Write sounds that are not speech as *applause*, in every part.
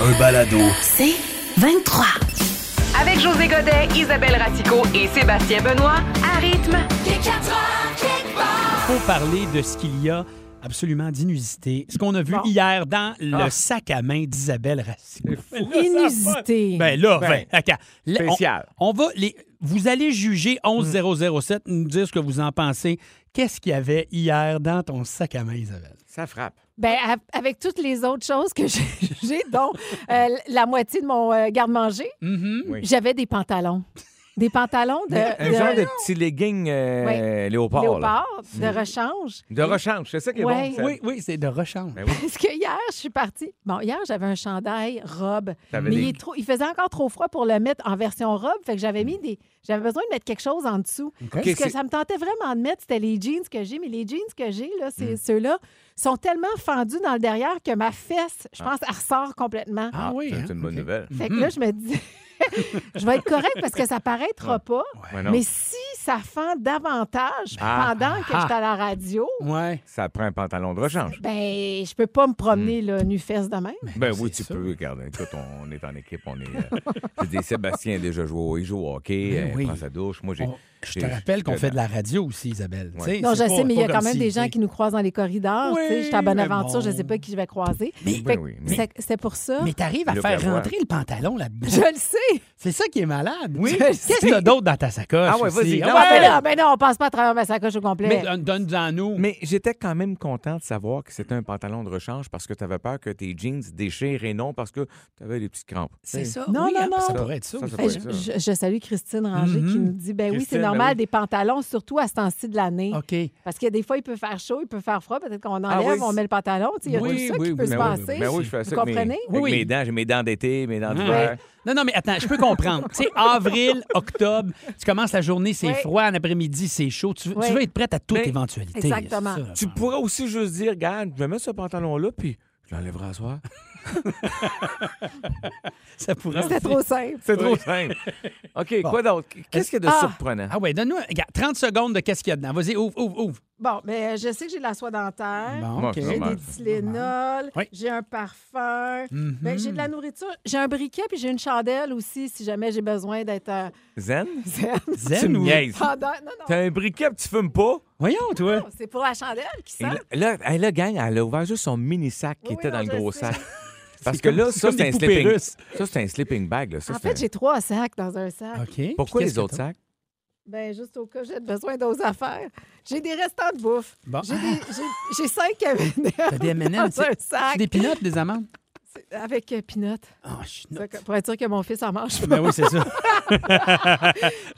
Un balado. C'est 23. Avec José Godet, Isabelle Ratico et Sébastien Benoît, à rythme. faut parler de ce qu'il y a absolument d'inusité. Ce qu'on a vu hier dans Ah. le sac à main d'Isabelle Racine. Inusité. Ben là, Ben, ben, attends. Là, on- spécial. Mm. On, va les, vous allez juger 11007, nous dire ce que vous en pensez. Qu'est-ce qu'il y avait hier dans ton sac à main, Isabelle? Ça frappe. Ben, av- avec toutes les autres choses que *laughs* j'ai, j'ai, dont euh, la moitié de mon euh, garde-manger, Mm. Oui. j'avais des pantalons. Des pantalons de, euh, Un de- genre de petit legging euh, Oui. léopard. là. Mm. léopard, de rechange. De rechange, c'est ça qui est Ouais. bon. ça. Oui, oui, c'est de rechange. Ben oui. Parce que hier, je suis partie. Bon, hier, j'avais un chandail, robe. T'avais Mais des- il, est trop- il faisait encore trop froid pour le mettre en version robe. Fait que j'avais mis des. J'avais besoin de mettre quelque chose en dessous. Mm. OK, Ce que c'est- ça me tentait vraiment de mettre, c'était les jeans que j'ai. Mais les jeans que j'ai, là, c'est Mm. ceux-là, sont tellement fendus dans le derrière que ma fesse, Ah. je pense, elle ressort complètement. Ah oui, C'est hein? une bonne OK. nouvelle. Fait que là, je me dis. *laughs* je vais être correcte parce que ça paraîtra pas. Ouais, non, Mais si ça fend davantage Ah, pendant que ah. je suis à la radio, Ouais. Ça prend un pantalon de rechange. ben, je peux pas me promener, Mm. là, nu-fesse de même. Ben oui, c'est tu ça. peux. Regarde, écoute, on est en équipe. On est. euh, je dis, Sébastien a déjà joué au, il joue au hockey, Ben euh, oui. prend sa douche. Moi, j'ai. On- je te j'ai- rappelle qu'on j'ai- fait de la radio aussi, Isabelle. Tu sais, Non, je c'est pas- sais, mais il y a pas quand comme même si- des gens qui nous croisent dans les corridors. Oui, tu sais, je suis à bonne mais aventure, je bon. ne sais pas qui je vais croiser. Mais- Fait que Oui, oui, mais- c'est- c'est pour ça. Mais t'arrives à Le faire prévoir. rentrer le pantalon là-dedans. Je le sais. C'est ça qui est malade. Oui. *laughs* Qu'est-ce qu'il y a d'autre dans ta sacoche? Ah ouais, aussi? vas-y. Ah Non, Ah, ouais. ben non, ben non, on passe pas à travers ma sacoche au complet. Mais euh, donne-en nous. Mais j'étais quand même content de savoir que c'était un pantalon de rechange parce que tu avais peur que tes jeans déchirent et non parce que tu avais des petites crampes. C'est ça. Non, oui, non, hein, non. Ça pourrait être ça. Ça, aussi. ça Ben, Fait que pourrait je, être je- je salue Christine Ranger qui Mhm. nous dit ben oui, Christine, c'est ben normal oui. des pantalons, surtout à ce temps-ci de l'année. OK. Parce que des fois, il peut faire chaud, il peut faire froid. Peut-être qu'on enlève, Ah oui, on met le pantalon. Tu sais, Il y a Oui, tout ça oui, qui peut oui, se ben oui, passer. ben oui, je fais ça Vous avec, mes, *laughs* comprenez? avec Oui, oui. mes dents. J'ai mes dents d'été, mes dents Ouais. d'hiver. Non, non, mais attends, je peux comprendre. *laughs* Tu sais, avril, octobre, tu commences la journée, c'est Oui. froid, en après-midi, c'est chaud. Tu, tu Oui. veux être prête à toute Mais- éventualité. Exactement. c'est ça. Tu pourrais aussi juste dire, regarde, je vais mettre ce pantalon-là, puis je l'enlèverai à soir. Ça pourrait C'était aussi- trop simple. *laughs* C'est trop simple. OK, quoi d'autre? Qu'est-ce qu'il y a de Ah! surprenant? Ah ouais, donne-nous regarde, 30 secondes de qu'est-ce qu'il y a dedans. Vas-y, ouvre, ouvre, ouvre. Bon, mais euh, je sais que j'ai de la soie dentaire. Bon, Ah, OK. c'est J'ai normal. des Tylenol, Oui. j'ai un parfum, ben, Mm-hmm. j'ai de la nourriture, j'ai un briquet puis j'ai une chandelle aussi si jamais j'ai besoin d'être euh, *laughs* Zen? zen. Tu Zen me ou- niaises. Pendant... Non, Ah, non, T'as un briquet puis tu fumes pas? Voyons, toi. c'est pour la chandelle qui Et sent. là, là, hey, là, gang, elle a ouvert juste son mini-sac qui Oui, était oui, dans le non, je gros sais. *laughs* sac. Parce C'est que comme- là, c'est ça, comme c'est des un poupées sleeping... russes. Ça, c'est un sleeping bag. Là. Ça, En c'est fait, un- j'ai trois sacs dans un sac. Ah. OK. Puis Pourquoi qu'est-ce les que autres t'as? sacs? Ben, juste au cas où j'ai besoin d'autres affaires. J'ai des restants de bouffe. Bon. J'ai des- j'ai- J'ai cinq M&M T'as des M&M, *laughs* dans c'est- un sac C'est des pinottes, des amandes? C'est- avec euh, peanut. Ah, je suis Ça, Pour être sûr que mon fils en *laughs* mange pas. Ben oui, c'est ça.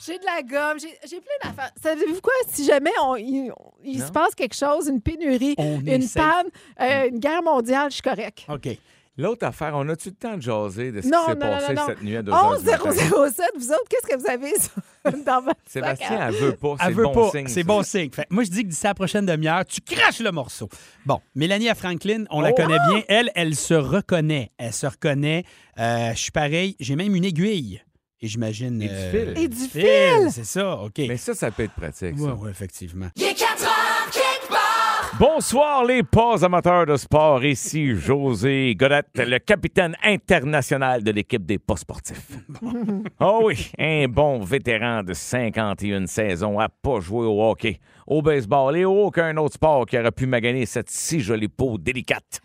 J'ai de la gomme, j'ai j'ai plein d'affaires. Savez-vous quoi? Si jamais on- il, on- il se passe quelque chose, une pénurie, On est une safe. panne, Hmm. euh, une guerre mondiale, je suis correct. OK. L'autre affaire, on a-tu le temps de jaser de ce Non, Ah, qui s'est non, non, passé non, non. cette nuit à 2 heures 11 du matin? 007, vous autres, qu'est-ce que vous avez sur- *laughs* dans votre sac à- Sébastien, elle veut pas. Elle C'est veut bon pas. signe. C'est ça. bon signe. Fait, moi, je dis que d'ici la prochaine demi-heure, tu craches le morceau. Bon, Mélanie à Franklin, on Oh! la connaît bien. Elle, elle se reconnaît. Elle se reconnaît. Euh, je suis pareil. J'ai même une aiguille. Et j'imagine. euh, Et du fil. Et du fil. C'est ça, OK. Mais ça, ça peut être pratique. ça. Oui, ouais, effectivement. Bonsoir les pas amateurs de sport, ici José Godette, le capitaine international de l'équipe des pas *laughs* sportifs. Oh oui, un bon vétéran de 51 saisons à pas jouer au hockey, au baseball et aucun autre sport qui aurait pu maganer cette si jolie peau *laughs* délicate.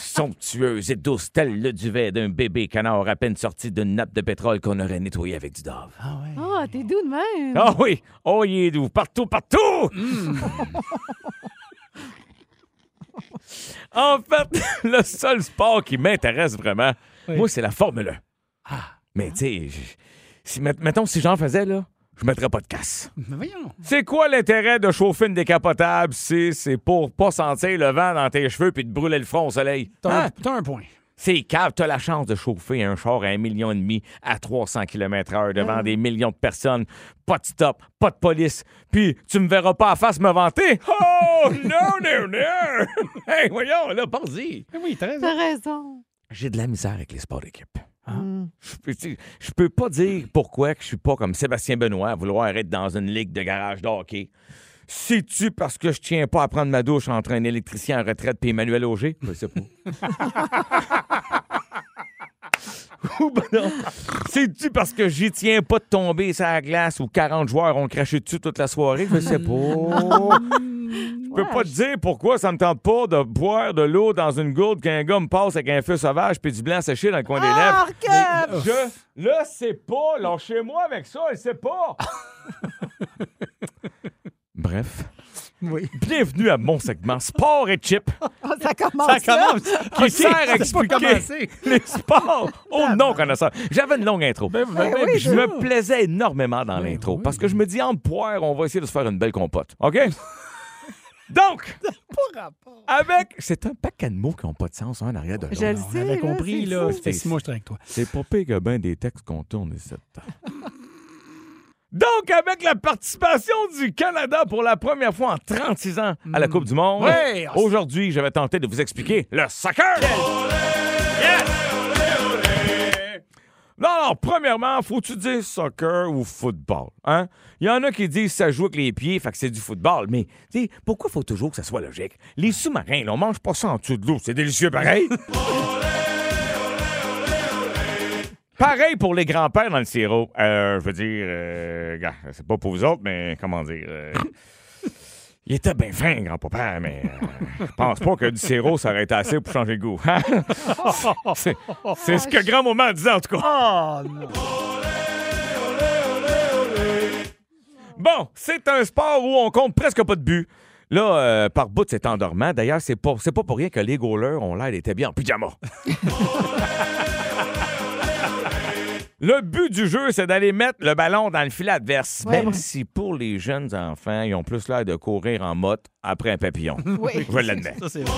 Somptueuse et douce, telle le duvet d'un bébé canard à peine sorti d'une nappe de pétrole qu'on aurait nettoyé avec du dove. Ah ouais. Ah, t'es doux de même. Ah oui, oh il est doux, partout, partout! en fait, *laughs* le seul sport qui m'intéresse vraiment, moi, c'est la Formule 1. Ah. Mais tu sais, je- si, met- mettons, si j'en faisais, là, je mettrais pas de casse. Mais voyons. C'est quoi l'intérêt de chauffer une décapotable si c'est pour pas sentir le vent dans tes cheveux puis de brûler le front au soleil? T'as un- Hein? t'as un point. C'est cave. Tu as la chance de chauffer un char à un million et demi à 300 km/h Ah. devant des millions de personnes. Pas de stop, pas de police. Puis tu me verras pas à face me vanter. *laughs* Oh, non, non, non! *laughs* hey, voyons, là, pense-y. Oui, t'as raison. T'as raison. J'ai de la misère avec les sports d'équipe. Je peux- tu sais, Je peux pas dire pourquoi que je suis pas comme Sébastien Benoît à vouloir être dans une ligue de garage de hockey. C'est-tu parce que je tiens pas à prendre ma douche entre un électricien en retraite et Emmanuel Auger? Je sais pas. *laughs* Ou ben non. C'est-tu parce que j'y tiens pas de tomber sur la glace où 40 joueurs ont craché dessus toute la soirée? Je sais pas. Je peux pas te dire pourquoi ça me tente pas de boire de l'eau dans une gourde qu'un gars me passe avec un feu sauvage puis du blanc séché dans le coin des Ah, lèvres. euh, Arc! Je le sais pas. Lâchez-moi avec ça, je sais pas. *laughs* Bref. Oui. Bienvenue à mon segment Sport et Chip Ah, Ça commence. Ça commence. qui sert à expliquer commencé. les sports aux non-connaisseurs. J'avais une longue intro. Ben, je me plaisais énormément dans l'intro parce que je me dis, en poire, on va essayer de se faire une belle compote. OK? Donc, avec. C'est un paquet de mots qui n'ont pas de sens un en arrière de Je l'autre. le On sais. avait compris, c'est là. fou. C'était six mois, j'étais avec toi. C'est pas pire que ben des textes qu'on tourne ici. Donc, avec la participation du Canada pour la première fois en 36 ans à la Coupe du Monde, Ouais. aujourd'hui, je vais tenter de vous expliquer le soccer. Yes. Non, non, premièrement, faut-tu dire soccer ou football? Hein? Il y en a qui disent ça joue avec les pieds, fait que c'est du football. Mais, tu sais, pourquoi faut toujours que ça soit logique? Les sous-marins, là, on mange pas ça en dessous de l'eau, c'est délicieux pareil. Pareil pour les grands-pères dans le sirop. Euh, je veux dire, euh, gars, c'est pas pour vous autres, mais comment dire. euh, il était bien fin, grand-papa, mais euh, je pense pas que du sirop, ça aurait été assez pour changer le goût. *laughs* hein? c'est c'est ce que grand-maman disait, en tout cas. Bon, c'est un sport où on compte presque pas de but. Là, euh, par bout, c'est endormant. D'ailleurs, c'est pas, c'est pas pour rien que les goalers ont l'air d'être bien en pyjama. Le but du jeu, c'est d'aller mettre le ballon dans le filet adverse. Ouais. Même si pour les jeunes enfants, ils ont plus l'air de courir en motte après un papillon. Oui. Je l'admets. Ça, c'est vrai.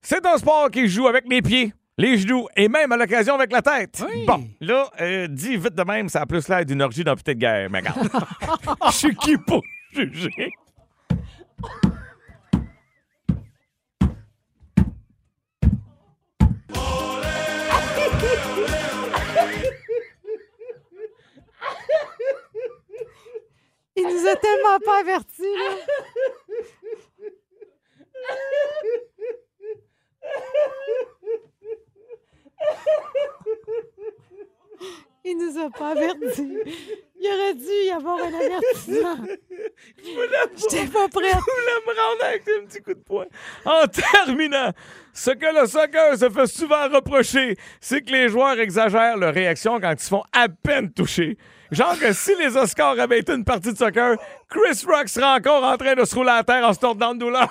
C'est un sport qui se joue avec les pieds, les genoux et même à l'occasion avec la tête. Bon, là, euh, dit vite de même, ça a plus l'air d'une orgie d'un putain de guerre, mais regarde. Je suis qui pour juger? Il nous a tellement pas avertis, là. Il nous a pas avertis. Il aurait dû y avoir un avertissement. J'étais pas prête. Je voulais me rendre avec un petit coup de poing. En terminant, ce que le soccer se fait souvent reprocher, c'est que les joueurs exagèrent leur réaction quand ils se font à peine toucher. Genre que si les Oscars avaient été une partie de soccer, Chris Rock serait encore en train de se rouler à terre en se tordant de douleur.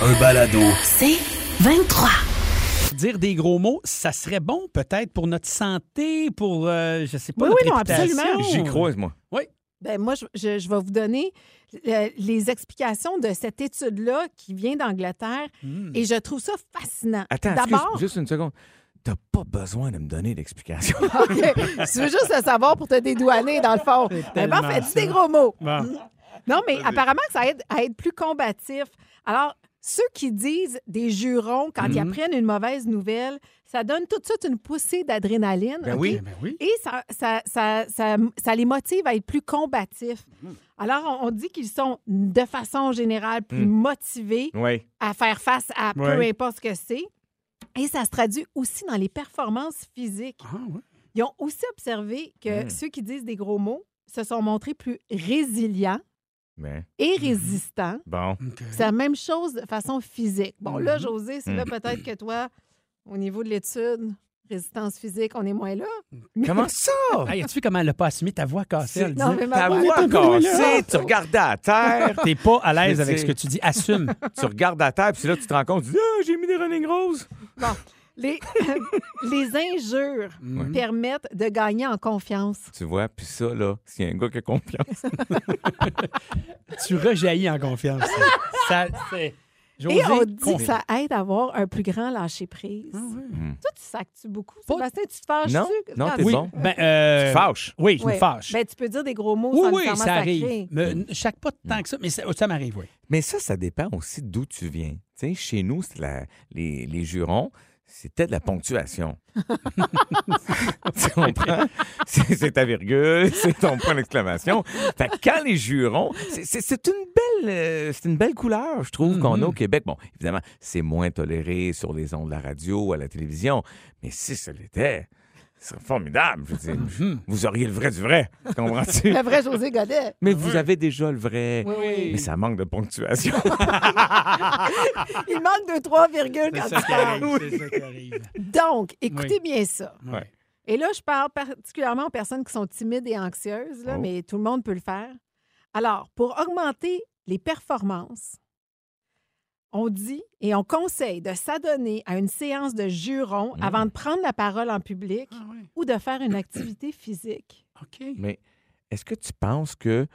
Un balado. C'est 23. Dire des gros mots, ça serait bon peut-être pour notre santé, pour, euh, je sais pas, Oui, notre oui, non, réputation. absolument. J'y croise, moi. Ben moi, je, je- je vais vous donner euh, les explications de cette étude-là qui vient d'Angleterre et je trouve ça fascinant. Hmm. Attends, excuse, D'abord, juste une seconde. T'as pas besoin de me donner d'explication. *laughs* *laughs* tu veux juste le savoir pour te dédouaner, dans le fond. Mais tellement parfait, dis ça. des gros mots. Bon. *laughs* Non, mais apparemment que ça aide à être plus combatif. Alors, ceux qui disent des jurons quand Mhm. ils apprennent une mauvaise nouvelle, ça donne tout de suite une poussée d'adrénaline. Ben OK? oui. Ben oui. Et ça, ça, ça, ça, ça les motive à être plus combatifs. Alors, on on dit qu'ils sont de façon générale plus motivés oui. à faire face à peu Mm. Ouais. importe ce que c'est. Et ça se traduit aussi dans les performances physiques. Ah, ouais. Il Ils ont aussi observé que Mm. ceux qui disent des gros mots se sont montrés plus résilients Mais et résistants. bon. C'est la même chose de façon physique. Bon, là, Mhm. José, c'est là Mhm. peut-être que toi, au niveau de l'étude, résistance physique, on est moins là. *laughs* Comment ça? *laughs* Hey, As-tu vu comment elle a pas assumé ta voix cassée? Elle Non, disait, mais ma Ta voix- *laughs* voix Oui, cassée, là. tu regardes à terre. T'es pas à l'aise Je avec sais. ce que tu dis. Assume. tu regardes à terre, puis là, tu te rends compte, tu dis, ah, j'ai mis des running roses. Bon, les, *laughs* les injures Mhm. permettent de gagner en confiance. Tu vois, puis ça, là, s'il y a un gars qui a confiance. *laughs* tu rejaillis en confiance. ça, c'est. Et on Josée, dit confiance. que ça aide à avoir un plus grand lâcher-prise. Toi, tu sacres-tu beaucoup? Sébastien, tu te fâches-tu? Ah Non, non, t'es Quand tu- Oui, bon. ben, euh, Tu fâches. Oui, je me Ouais. fâche. Ben, tu peux dire des gros mots oui, sans oui, nécessairement ça arrive. sacrer. Mais, Mm. n- chaque pas tant que ça, mais ça, oh, ça m'arrive, oui. Mais ça, ça dépend aussi d'où tu viens. Tu sais, chez nous, c'est la- les, les jurons, c'était de la ponctuation. *laughs* tu comprends? C'est c'est ta virgule, *laughs* c'est ton point d'exclamation. Fait que quand les jurons, c'est- c'est c'est une belle euh, c'est une belle couleur, je trouve, qu'on a au Québec. Bon, évidemment, c'est moins toléré sur les ondes de la radio, à la télévision, mais si ça l'était, ce serait formidable. Je veux dire, vous auriez le vrai du vrai. *laughs* Comprends-tu? *laughs* Le vrai José Godet. Mais vous avez déjà le vrai. oui. Mais ça manque *laughs* de ponctuation. Il manque deux, trois virgules quand tu parles. C'est ça qui arrive. Donc, écoutez bien ça. Ah, Ouais. Et là, je parle particulièrement aux personnes qui sont timides et anxieuses, là, Oh. mais tout le monde peut le faire. Alors, pour augmenter les performances, on dit et on conseille de s'adonner à une séance de juron Mm. avant de prendre la parole en public Ah, oui. ou de faire une activité physique. OK. Mais est-ce que tu penses que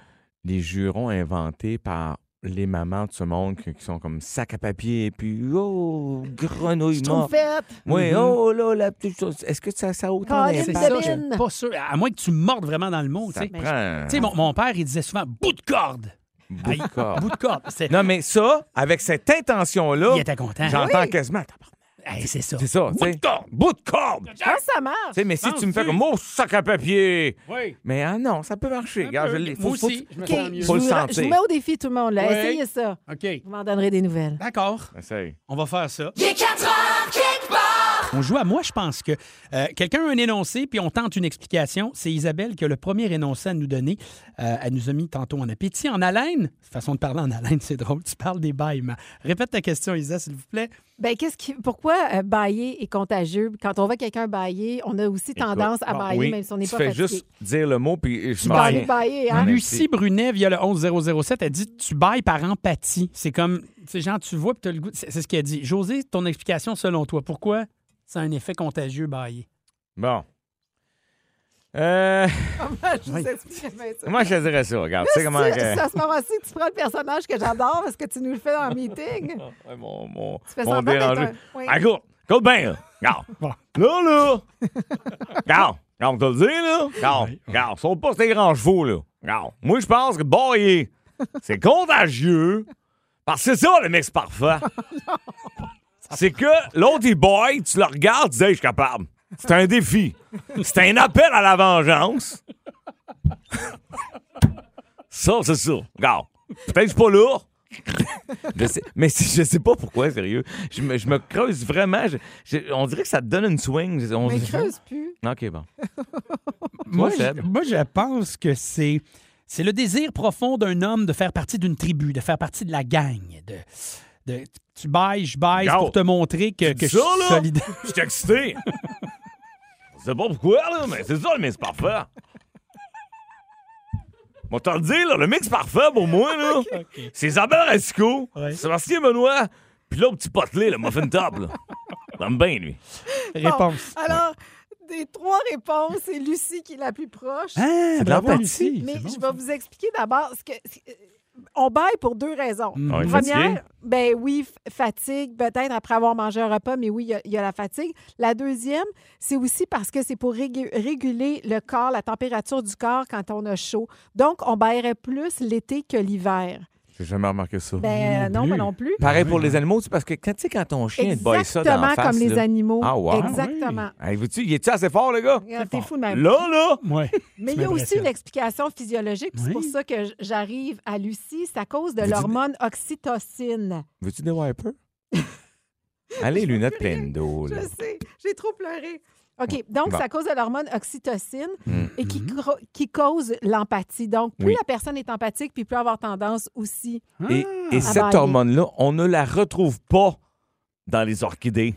les jurons inventés par les mamans de ce monde qui qui sont comme sac à papier et puis oh grenouille Je trouve morte. faite. Oui, Mhm. oh là la petite chose. Est-ce que ça, ça a autant Colin C'est d'impact? ça, Sabine. je suis pas sûr. À moins que tu mordes vraiment dans le mot, tu Ça sais. prend un Tu sais, mon, mon père, il disait souvent bout de corde. bout de Aïe, corps. Bout de corde. C'est- Ah. Non mais ça, avec cette intention là, Il était content. j'entends quasiment. Tabarnak, Hey, c'est ça. C'est ça, tu Bout sais. de corde. Bout de corde. Tu Je Ah, pense que ça marche. sais, mais si tu me Penses-tu? fais comme oh sac à papier. Oui. Mais ah non, ça peut marcher. Regarde, je l'ai. Moi Faut- faut- aussi, je me OK, sens mieux. je, Faut vous, le je sentir. vous mets au défi tout le monde. là. Oui. Essayez ça. OK. Vous m'en donnerez des nouvelles. D'accord. Essaye. On va faire ça. On joue à moi, je pense que euh, quelqu'un a un énoncé, puis on tente une explication. C'est Isabelle qui a le premier énoncé à nous donner. Euh, elle nous a mis tantôt en appétit, en haleine. Façon de parler en haleine, c'est drôle. Tu parles des bails, mais Répète ta question, Isa, s'il vous plaît. Ben, qu'est-ce qui, pourquoi euh, bailler est contagieux? Quand on voit quelqu'un bailler, on a aussi tendance à Écoute, bon, bailler, oui, même si on n'est tu pas fais fatigué. juste dire le mot, puis je Tu m'en parles viens. de bailler, hein? Merci. Lucie Brunet, via le 11007, elle dit Tu bailles par empathie. C'est comme, tu sais, genre, tu vois, puis t'as le goût. C'est c'est ce qu'elle dit. José, ton explication selon toi, pourquoi c'est un effet contagieux bailler? Bon. Euh, *laughs* *laughs* Comment je vous explique bien ça? moi, je te dirais ça. Regarde, tu sais comment. euh, C'est- que- c'est à ce moment-ci que tu prends le personnage que j'adore parce que tu nous le fais en *laughs* meeting. Tu Ouais, mon mon, fais mon semblant d'être dérangé. un- oui. Ah, Écoute, écoute bien, là. *laughs* Regarde. Là, là. Regarde. Regarde, on te le dit, là. Regarde. Regarde, sont pas ces grands chevaux, là. Regarde. Moi, je pense que bailler, c'est contagieux. Parce que c'est ça, le mix parfait. *laughs* c'est que l'autre, il boy, tu le regardes, tu dis, Hey, je suis capable. C'est un défi. C'est un appel à la vengeance. Ça, c'est ça. Regarde. Peut-être que je suis pas lourd. Je sais- mais si- je sais pas pourquoi, sérieux. Je me, je me creuse vraiment. Je- je- on dirait que ça te donne une swing. On- Mais creuse plus. OK, *laughs* bon. Moi, Toi, je, Seb? moi, je pense que c'est. C'est le désir profond d'un homme de faire partie d'une tribu, de faire partie de la gang. De, de- tu bailles, je baille c'est Gars, pour te montrer que, tu dis que je ça, suis là? solidaire. *laughs* Je suis excité. Je sais pas pourquoi, là, mais c'est ça, le mix parfait. Bon, t'en dis, là, le mix parfait pour moi, *laughs* là, c'est Isabelle Rasco, Ouais. Sébastien Benoît, puis l'autre petit potelé, le muffin top, là. J'aime bien, lui. *laughs* Réponse. Alors, des trois réponses, c'est Lucie qui est la plus Hein? proche. Ah, de la bravo, partie. Lucie. Mais C'est bon, je vais vous expliquer d'abord ce que. ce- euh, On baille pour deux raisons. Mm. Ah, il est fatigué? Première, ben oui, f- fatigue, peut-être après avoir mangé un repas, mais oui, il y a- il y, a la fatigue. La deuxième, c'est aussi parce que c'est pour régu- réguler le corps, la température du corps quand on a chaud. Donc, on baillerait plus l'été que l'hiver. J'ai jamais remarqué ça. Ben Non non, moi plus. non plus. Pareil pour les animaux, tu sais, parce que quand, tu sais, quand ton chien te baille ça dans Exactement la face, comme les là. animaux. Ah, wow. Exactement. Hey, vous tu il est-tu assez fort, le gars? Regarde, T'es fou de Là, même. là! Ouais. Mais Tu il y a aussi m'impressionnes. une explication physiologique, puis c'est Oui. pour ça que j- j'arrive à Lucie. C'est à cause de Vous dites- l'hormone oxytocine. Veux-tu *laughs* des wipers? Allez, lunettes pleines d'eau, là. Je sais, j'ai trop pleuré. OK, donc Bon. c'est à cause de l'hormone oxytocine Mm. et qui, Mm-hmm. cro- qui cause l'empathie. Donc, plus Oui. la personne est empathique, puis plus elle va avoir tendance aussi. Et, et à cette bailler. hormone-là, on ne la retrouve pas dans les *laughs* orchidées.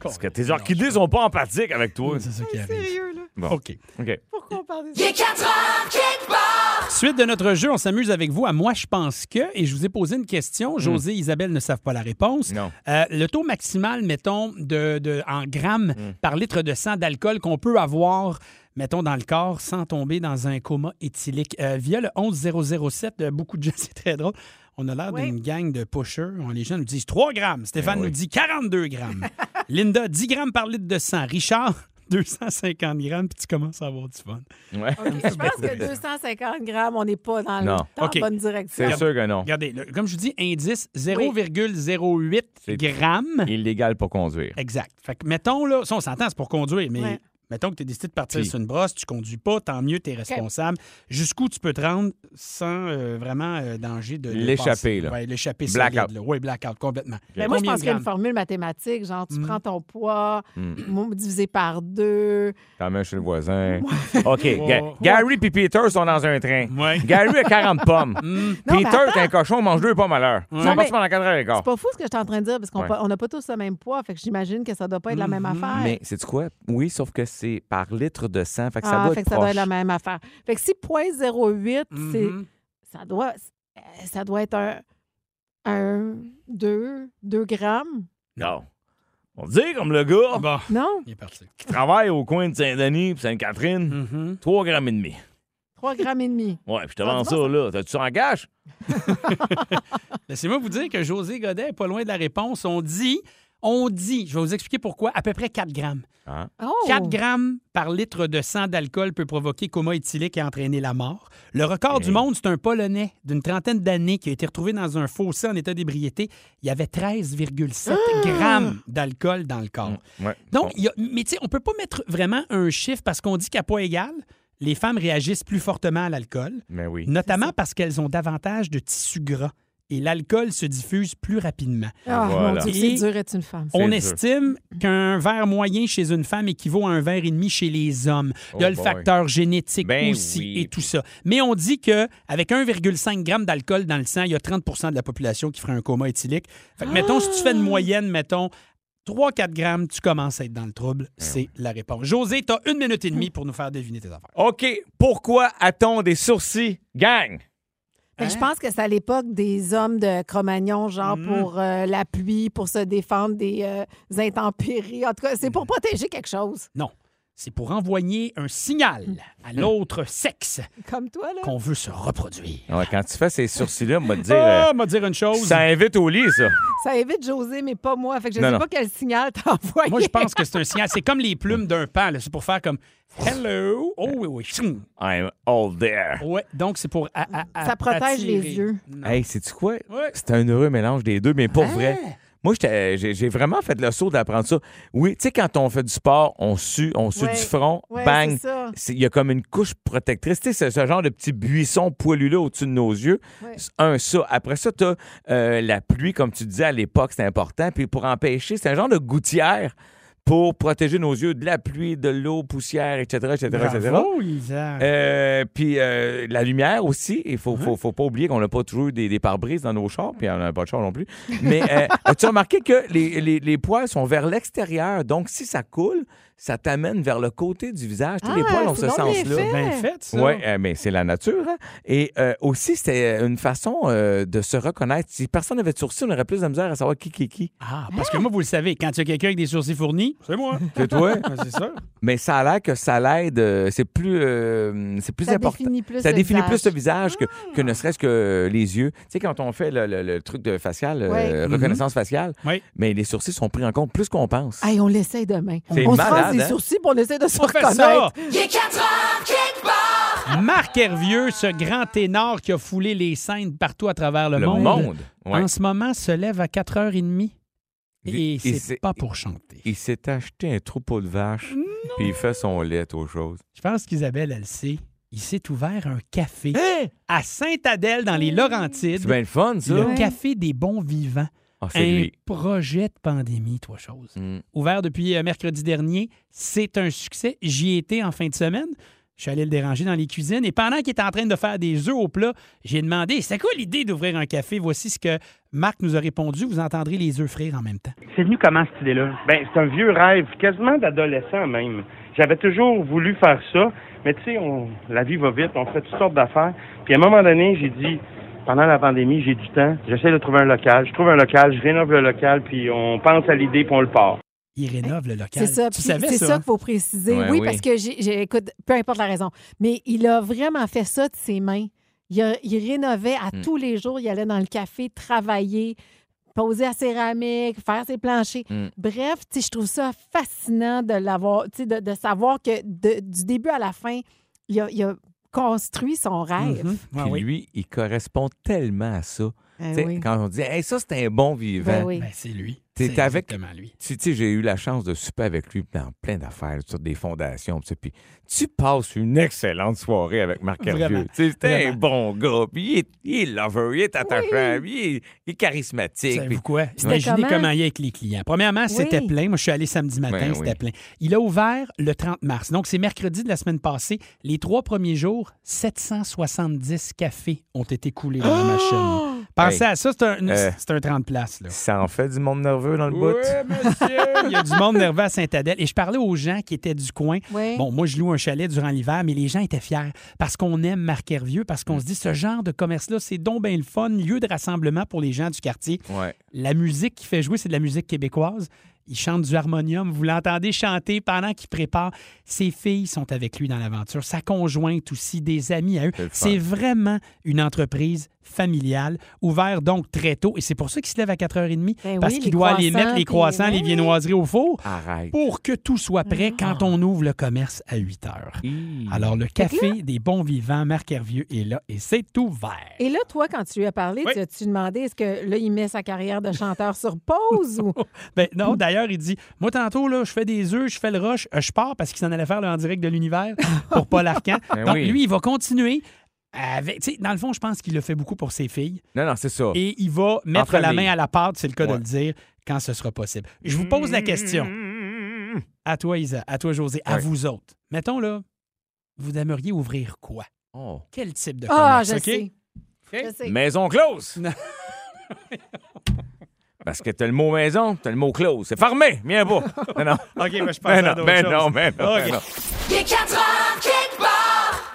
Parce que tes orchidées sont pas empathiques avec toi. C'est ça qui arrive. Sérieux, là? OK. OK. Pourquoi on parle de Il est 4 heures quelque part! Suite de notre jeu, on s'amuse avec vous à Moi, je pense que. Et je vous ai posé une Hmm. question. José et Isabelle ne savent pas la réponse. Non. Euh, le taux maximal, mettons, de, de- en grammes Mm. par litre de sang d'alcool qu'on peut avoir, mettons, dans le corps sans tomber dans un coma éthylique. Euh, via le 11007, euh, beaucoup de gens, *laughs* c'est très drôle. On a l'air d'une gang de pushers. On- Les gens nous disent 3 grammes. Stéphane Ben oui. nous dit 42 *laughs* grammes. Linda, 10 grammes par litre de sang. Richard, *laughs* 250 grammes. Puis tu commences à avoir du fun. Ouais. OK, je pense que 250 grammes, on n'est pas dans, le- Non. dans OK. la bonne *laughs* direction. C'est sûr que non. Regardez, le- comme je vous dis, indice 0,08 C'est- grammes. Illégal pour conduire. Exact. Fait que, mettons, là, ça, on s'entend, c'est pour conduire, mais Ouais. mettons que tu décides de partir Oui. sur une brosse, tu conduis pas, tant mieux, tu es responsable. Jusqu'où tu peux te rendre sans euh, vraiment euh, danger de. de L'échapper, passer. là. Ouais, l'échapper Blackout. Oui, blackout, complètement. Mais Ben, moi, je Combien pense de qu'il y a une grammes? formule mathématique, genre tu Mm. prends ton poids Mm. mo- divisé par deux. Quand même chez le voisin. *laughs* OK. Ga- Ouais. Gary puis Peter sont dans un train. *laughs* Ouais. Hum, Gary a *laughs* 40 pommes. Non, mais Peter, attends. t'es un cochon, mange deux pommes à l'heure. Ils sont Non, partis mais- pendant 4 heures et quart. C'est pas fou ce que je suis en train de dire parce qu'on Ah. Ouais. Mm-hmm. pas- on n'a pas tous le même poids, fait que j'imagine que ça doit pas être la même affaire. Mais c'est quoi? Oui, sauf que c'est par litre de sang. Fait que ça ah, doit fait être que ça doit proche. Mm-hmm. être la même affaire. Fait que si 0.08, Mhm. c'est ça doit euh, ça doit être un 1 2 2 grammes. Non. On dit comme le gars Oh. Bon, Non, il est parti. qui travaille au coin de Saint-Denis puis Sainte-Catherine, Mhm. 3 grammes et demi. 3 grammes et demi. Ouais, puis je te Ah, vends tu ça, là. T'as-tu ça en gage? Laissez-moi vous dire que José Godet est pas loin de la réponse. On dit, on dit, je vais vous expliquer pourquoi, à peu près 4 grammes. Oh! 4 grammes par litre de sang d'alcool peut provoquer coma éthylique et entraîner la mort. Le record du monde, c'est un Polonais d'une trentaine d'années qui a été retrouvé dans un fossé en état d'ébriété. Il y avait 13,7 Ah! grammes d'alcool dans le corps. Mm, Ouais. Ah. Oh, Donc, il y a, mais tu sais, on peut pas mettre vraiment un chiffre parce qu'on dit qu'à poids égal, les femmes réagissent plus fortement à l'alcool, Mais oui. notamment parce qu'elles ont davantage de tissus gras et l'alcool se diffuse plus rapidement. Ah, Voilà. mon Dieu, Et- c'est dur d'être une femme. C'est On dur. estime qu'un verre moyen chez une femme équivaut à un verre et demi chez les hommes. Il y a Oh le boy. facteur génétique Ben aussi oui. et tout ça. Mais on dit que avec 1,5 g d'alcool dans le sang, il y a 30 de la population qui ferait un coma éthylique. Fait que, mettons, si tu Ah! fais une moyenne, mettons, 3-4 grammes, tu commences à être dans le Ben trouble. C'est la réponse. José, tu as une minute et demie pour nous faire deviner tes affaires. OK. Pourquoi a-t-on des sourcils? Hein? Gang! Fait que Ben, Je pense que c'est à l'époque des hommes de Cro-Magnon, genre Mm-hmm. pour euh, la pluie, pour se défendre des euh, intempéries. En tout cas, c'est pour Mm-hmm. protéger quelque chose. Non. C'est pour envoyer un signal à Hum. l'autre sexe Comme toi, là. qu'on veut se reproduire. Ah Ouais, quand tu fais ces sourcils-là, on va te dire. Ah, euh, m'a dire une chose. ça invite au lit, ça. Ça évite José, mais pas moi. Fait que je ne Non, sais non. pas quel signal t'as envoyé. Moi, je pense que c'est un signal. C'est comme les plumes d'un pan. là. C'est pour faire comme Hello. Oh oui, oui. Chum. I'm all there. Ouais, donc c'est pour. a- a- a- Ça protège les attirer. yeux. Oh, Non. Hey, sais-tu quoi? Ouais. C'est un heureux mélange des deux, mais pour vrai. Moi, j'étais- j'ai j'ai vraiment fait le saut d'apprendre ça. Oui, tu sais, quand on fait du sport, on sue, on sue Ouais. du front, Ouais, bang, c'est ça. C'est- Il y a comme une couche protectrice. Tu sais, c'est ce genre de petit buisson poilu-là au-dessus de nos yeux. Ouais. C'est Un, ça. Après ça, tu as la pluie, comme tu disais à l'époque, c'est important. Puis pour empêcher, c'est un genre de gouttière pour protéger nos yeux de la pluie, de l'eau, poussière, etc., etc., etc. Bravo, Isa. Euh, puis euh, la lumière aussi. Il faut, faut, faut pas oublier qu'on n'a pas toujours eu des, des pare-brises dans nos chars, puis on n'a pas de char non plus. Mais euh, *laughs* as-tu remarqué que les, les, les poils sont vers l'extérieur? Donc, si ça coule, ça t'amène vers le côté du visage. Tous les Ah, poils ont c'est ce donc bien sens-là. fait. Bien fait, ça. Oui, mais c'est la nature. hein. Et euh, aussi, c'était une façon euh, de se reconnaître. Si personne n'avait de sourcils, on aurait plus de misère à savoir qui, qui, qui. Ah, parce que moi, vous le savez, quand il y a quelqu'un avec des sourcils fournis, c'est moi. C'est toi? *laughs* Ouais, c'est ça. *laughs* mais ça a l'air que ça l'aide. euh, C'est plus, euh, c'est plus Ça important. définit plus ça le définit visage. Ah. plus le visage que, que ne serait-ce que les yeux. Tu sais, quand on fait le, le- le truc de facial, euh, Ouais. reconnaissance faciale, Mm-hmm. Oui. mais les sourcils sont pris en compte plus qu'on pense. Hey, on l'essaye demain. C'est On se malade, rase les hein? sourcils puis on essaie de se On fait ça. reconnaître. Il est 4 heures quelque part! Marc Hervieux, ce grand ténor qui a foulé les scènes partout à travers le, le monde. ouais. en ce moment, se lève à 4h30 et, Il- il c'est s'est- pas pour chanter. Il s'est acheté un troupeau de vaches, puis il fait son lait aux choses. Je pense qu'Isabelle, elle le sait. Il s'est ouvert un Hein? café à Sainte-Adèle dans les Laurentides. Hein? C'est bien le fun, ça. Le café des bons vivants. Ah, c'est un lui. projet de pandémie, trois choses. Mm. Ouvert depuis euh, mercredi dernier, c'est un succès. J'y étais en fin de semaine. Je suis allé le déranger dans les cuisines et pendant qu'il était en train de faire des œufs au plat, j'ai demandé c'est quoi l'idée d'ouvrir un café Voici ce que Marc nous a répondu. Vous entendrez les œufs frire en même temps. C'est venu comment cette idée-là? Ben, c'est un vieux rêve, quasiment d'adolescent même. J'avais toujours voulu faire ça, mais tu sais, on- la vie va vite, on fait toutes sortes d'affaires. Puis à un moment donné, j'ai dit, pendant la pandémie, j'ai du temps, j'essaie de trouver un local, je trouve un local, je rénove le local, puis on pense à l'idée, puis on le part. Il rénove le local. C'est ça. Tu puis savais C'est ça? ça, qu'il faut préciser. Ouais, oui, oui. parce que, j'ai, j'ai- écoute, peu importe la raison, mais il a vraiment fait ça de ses mains. Il, a- il rénovait à Hmm. tous les jours. Il allait dans le café travailler, poser à céramique, faire ses planchers. Mm. Hmm. Bref, tu sais, je trouve ça fascinant de l'avoir, tu sais, de, de savoir que de- du début à la fin, il a, il a construit son rêve. Mhm. Ouais, Puis oui. lui, il correspond tellement à ça. Mm-hmm. Ben Tu sais, oui. Quand on dit, hey, ça, c'est un bon Ben vivant. oui. Ben, c'est lui. T'es C'est avec- exactement lui. Tu tu sais, j'ai eu la chance de souper avec lui dans plein d'affaires, sur des fondations. tu sais, Puis tu passes une excellente soirée avec Marc Vraiment. Hervieux. Tu sais, C'était un Vraiment. bon gars. Puis il est, il est lover, il est attachant, puis il, est, il est charismatique. Savez-vous puis- quoi? C'était Imaginez comment? comment il est avec les clients. Premièrement, c'était plein. Moi, je suis allé samedi matin, Ben c'était oui. plein. Il a ouvert le 30 mars. Donc, c'est mercredi de la semaine passée. Les trois premiers jours, 770 cafés ont été coulés dans la Oh! machine. Pensez Hey. à ça, c'est un, Euh. c'est un 30 places. Là. Ça en fait du monde nerveux dans le bout. Il y a du monde nerveux à Saint-Adèle. Et je parlais aux gens qui étaient du coin. Oui. Bon, moi, je loue un chalet durant l'hiver, mais les gens étaient fiers parce qu'on aime Marc Hervieux, parce qu'on se dit ce genre de commerce-là, c'est donc bien le fun, lieu de rassemblement pour les gens du quartier. *laughs* Ouais. La musique qu'il fait jouer, c'est de la musique québécoise. Il chante du harmonium. Vous l'entendez chanter pendant qu'il prépare. Ses filles sont avec lui dans l'aventure. Sa conjointe aussi, des amis à eux. C'est le fun. C'est vraiment une entreprise familiale, ouverte donc très tôt. Et c'est pour ça qu'il se lève à 4h30, Ben parce oui, qu'il les doit aller croissants, mettre les puis- croissants, Ben les oui. Ah. viennoiseries au four, Arrête. pour que tout soit prêt quand on ouvre le commerce à 8 heures. Alors, le café des bons vivants, Marc Hervieux est là et c'est ouvert. Et là, toi, quand tu lui as parlé, Oui. tu as-tu demandé est-ce que là, il met sa carrière de chanteur sur pause ou. Ben, non, d'ailleurs, il dit Moi, tantôt, là, je fais des œufs, je fais le rush, euh, je pars parce qu'il s'en allait faire le en direct de *laughs* l'univers pour Paul Arcan. Ben Donc, oui. lui, il va continuer. Avec, tu sais, dans le fond, je pense qu'il le fait beaucoup pour ses filles Non, non, c'est ça. et il va mettre la famille. main à la pâte, c'est le cas de Ouais. Mm-hmm. le dire, quand ce sera possible. Je vous pose la question à toi, Isa, à toi, José, à Ouais. vous autres. Mettons, là, vous aimeriez ouvrir quoi Oh. Quel type de Ah, commerce je OK? sais. Je sais. Maison close. Non. *laughs* Parce que t'as le mot maison, t'as le mot close. C'est fermé, viens *laughs* pas. Non, non. OK, moi, je pense Ben à non, d'autres ben choses. non, ben non, ben OK. non. Il est 4 heures, kick bar.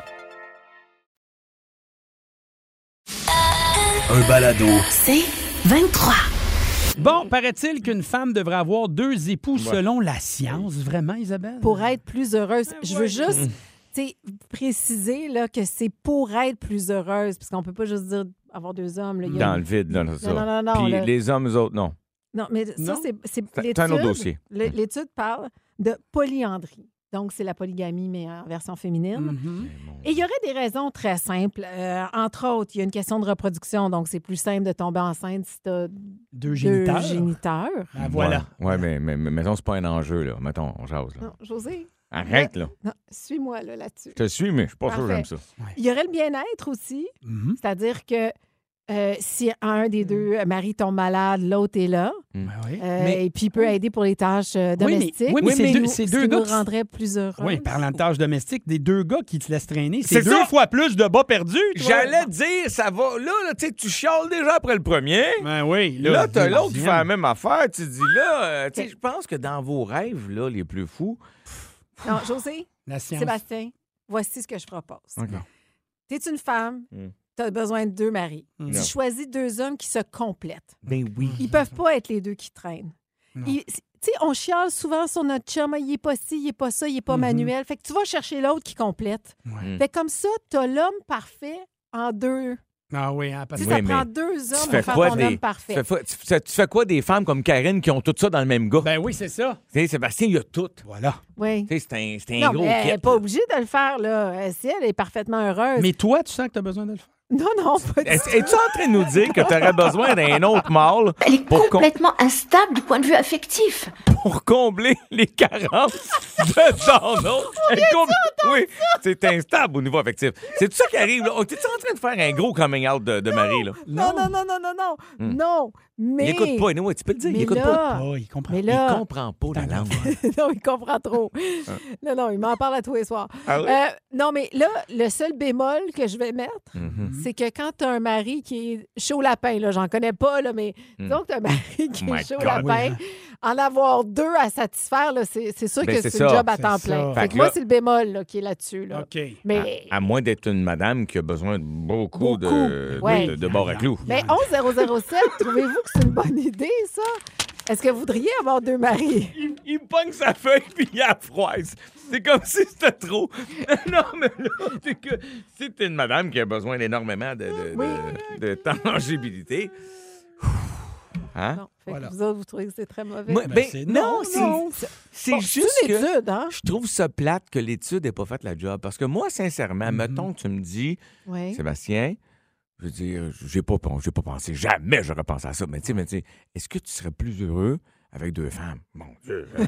Un balado. C'est 23. Bon, paraît-il qu'une femme devrait avoir deux époux selon la science, vraiment, Isabelle? pour être plus heureuse. Ben Je veux juste *laughs* tu sais, préciser là, que c'est pour être plus heureuse, parce qu'on peut pas juste dire avoir deux hommes. là. Il y a Dans une- le vide, là, ça. non, non, non, Puis là. les hommes, eux autres, non. Non, mais ça, Non? c'est- c'est C'est un l'étude- autre dossier. le- L'étude parle de polyandrie. Donc, c'est la polygamie, mais en version Hmm. féminine. Mhm. Et il y aurait des raisons très simples. Euh, entre autres, il y a une question de reproduction, donc c'est plus simple de tomber enceinte si tu as Deux géniteurs. géniteurs. Ben voilà. Ouais, Ouais, mais, mais, mais mettons, c'est pas un enjeu, là. Mettons, on jase, là. Non, José, Arrête, là. non, suis-moi là, là-dessus. Je te suis, mais je suis pas sûr que j'aime Parfait. ça. Il y aurait le bien-être aussi. Mhm. C'est-à-dire que euh, si un Mm. des deux euh, maris tombe malade, l'autre est là. Ben oui. euh, Mais- Et puis peut aider pour les tâches euh, Oui, mais- domestiques. oui, mais ce c'est qui deux- nous- c'est ce deux qui gars nous qui- rendrait plus heureux. Oui, parlant de tâches domestiques, des deux gars qui te laissent traîner, C'est c'est deux ça! fois plus de bas perdus. toi. J'allais dire, ça va. Là, là tu sais, tu chiales déjà après le premier. Ben oui. Là, t'as deuxième. l'autre qui fait la même affaire. Tu dis, là, euh, tu sais, je pense que dans vos rêves, là, les plus fous. Non, José, La science. Sébastien, voici ce que je propose. OK. Tu es une femme, Mm. tu as besoin de deux maris. Mm. Tu Non. choisis deux hommes qui se complètent. Ben oui. Ils peuvent pas être les deux qui traînent. Non. Ils- Tu sais, on chiale souvent sur notre chum, Ah, il est pas ci, il est pas ça, il est pas Mm-hmm. manuel. Mm. Fait que tu vas chercher l'autre qui complète. Ouais. Fait que comme ça, tu as l'homme parfait en deux Ah oui, hein, parce Ben Tu que sais, ça prend deux hommes pour faire ton homme parfait. Tu fais, quoi- tu fais- tu fais quoi des femmes comme Karine qui ont tout ça dans le même gars? Ben oui, c'est ça. Sébastien, il y a tout. Voilà. Oui. Tu sais, c'est un, c'est un Non, gros mais elle n'est kit. pas obligée de le faire, là. Euh, Si elle est parfaitement heureuse. Mais toi, tu sens que tu as besoin de le faire? *laughs* Non, non, pas du Est-ce- Es-tu en train de nous dire que tu aurais besoin d'un autre mâle pour, com- Complètement instable du point de vue affectif. pour combler les carences de ton autre? Elle com- Oui, c'est instable au niveau affectif. C'est tout ça qui arrive. là. Oh, T'es-tu en train de faire un gros coming out de, de Marie? Là? Non, non, non, non, non, non. Hmm. Non, mais... Il écoute pas, anyway, tu peux le dire, il mais écoute là- pas. Ah, il comprend. mais là- Il comprend pas la langue. *laughs* non, il comprend trop. Non, non, il m'en parle à tous les soirs. Ah oui? Euh, non, mais là, le seul bémol que je vais mettre, Mhm. c'est que quand tu as un mari qui est chaud lapin, là, j'en connais pas, là, mais Mm. donc tu as un mari *laughs* qui My est chaud God. lapin, en avoir deux à satisfaire, là, c'est c'est sûr Ben, que c'est c'est une ça. job à C'est temps ça. plein. Fait Fait que que moi, là- Ah, c'est le bémol là, qui est là-dessus. Là. Mais, À moins d'être une madame qui a besoin de beaucoup, de, de, ouais. de- de bord à clous. mais 11007, *laughs* trouvez-vous que c'est une bonne idée, ça? Est-ce que vous voudriez avoir deux maris? *laughs* Il, il pogne sa feuille *laughs* puis il la froisse. C'est comme si c'était trop. *laughs* non, mais là, c'est que si t'es une madame qui a besoin d'énormément de, de, de- de tangibilité. Hein? Fait que Vous autres, vous trouvez que c'est très mauvais? Moi, ben, Ben, c'est- non, c'est- C'est Bon, juste une que étude, hein? je trouve ça plate que l'étude n'ait pas fait la job. Parce que moi, sincèrement, mettons que tu me dis, Oui. Sébastien, je veux dire, j'ai pas, pen- j'ai pas pensé, jamais j'aurais pensé à ça. Mais tu sais, mais tu sais, est-ce que tu serais plus heureux avec deux femmes? Mon Dieu. *laughs* euh,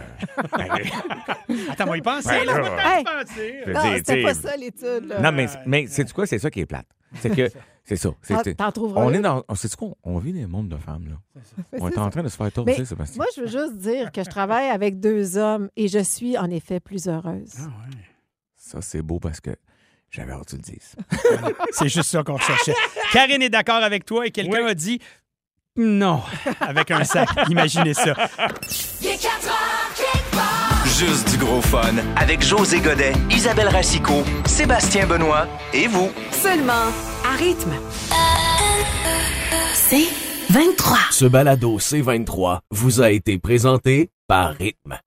Attends, moi, il pense. Ouais, là, là, moi, Hey! Je veux Non, dire, Ah, c'était tu pas sais, ça l'étude. là. Non, mais, mais c'est quoi? C'est ça qui est plate. C'est *laughs* que. C'est ça. c'est- Ah, t'en trouveras on une. est dans. C'est ce qu'on on vit dans le monde de femmes, là. Mais On est, c'est en ça. train de se faire Mais torcher, Sébastien. moi, je veux juste dire que je travaille avec deux hommes et je suis en effet plus heureuse. Ça, c'est beau parce que j'avais hâte que tu le dises. C'est juste ça qu'on cherchait. Karine est d'accord avec toi et quelqu'un a dit non avec un *laughs* sac. Imaginez ça. Il est 4 heures, Kick Bar. Juste du gros fun avec José Godet, Isabelle Racicot, Sébastien Benoît et vous. Seulement à rythme. C'est 23. Ce balado C23 vous a été présenté par Rythme.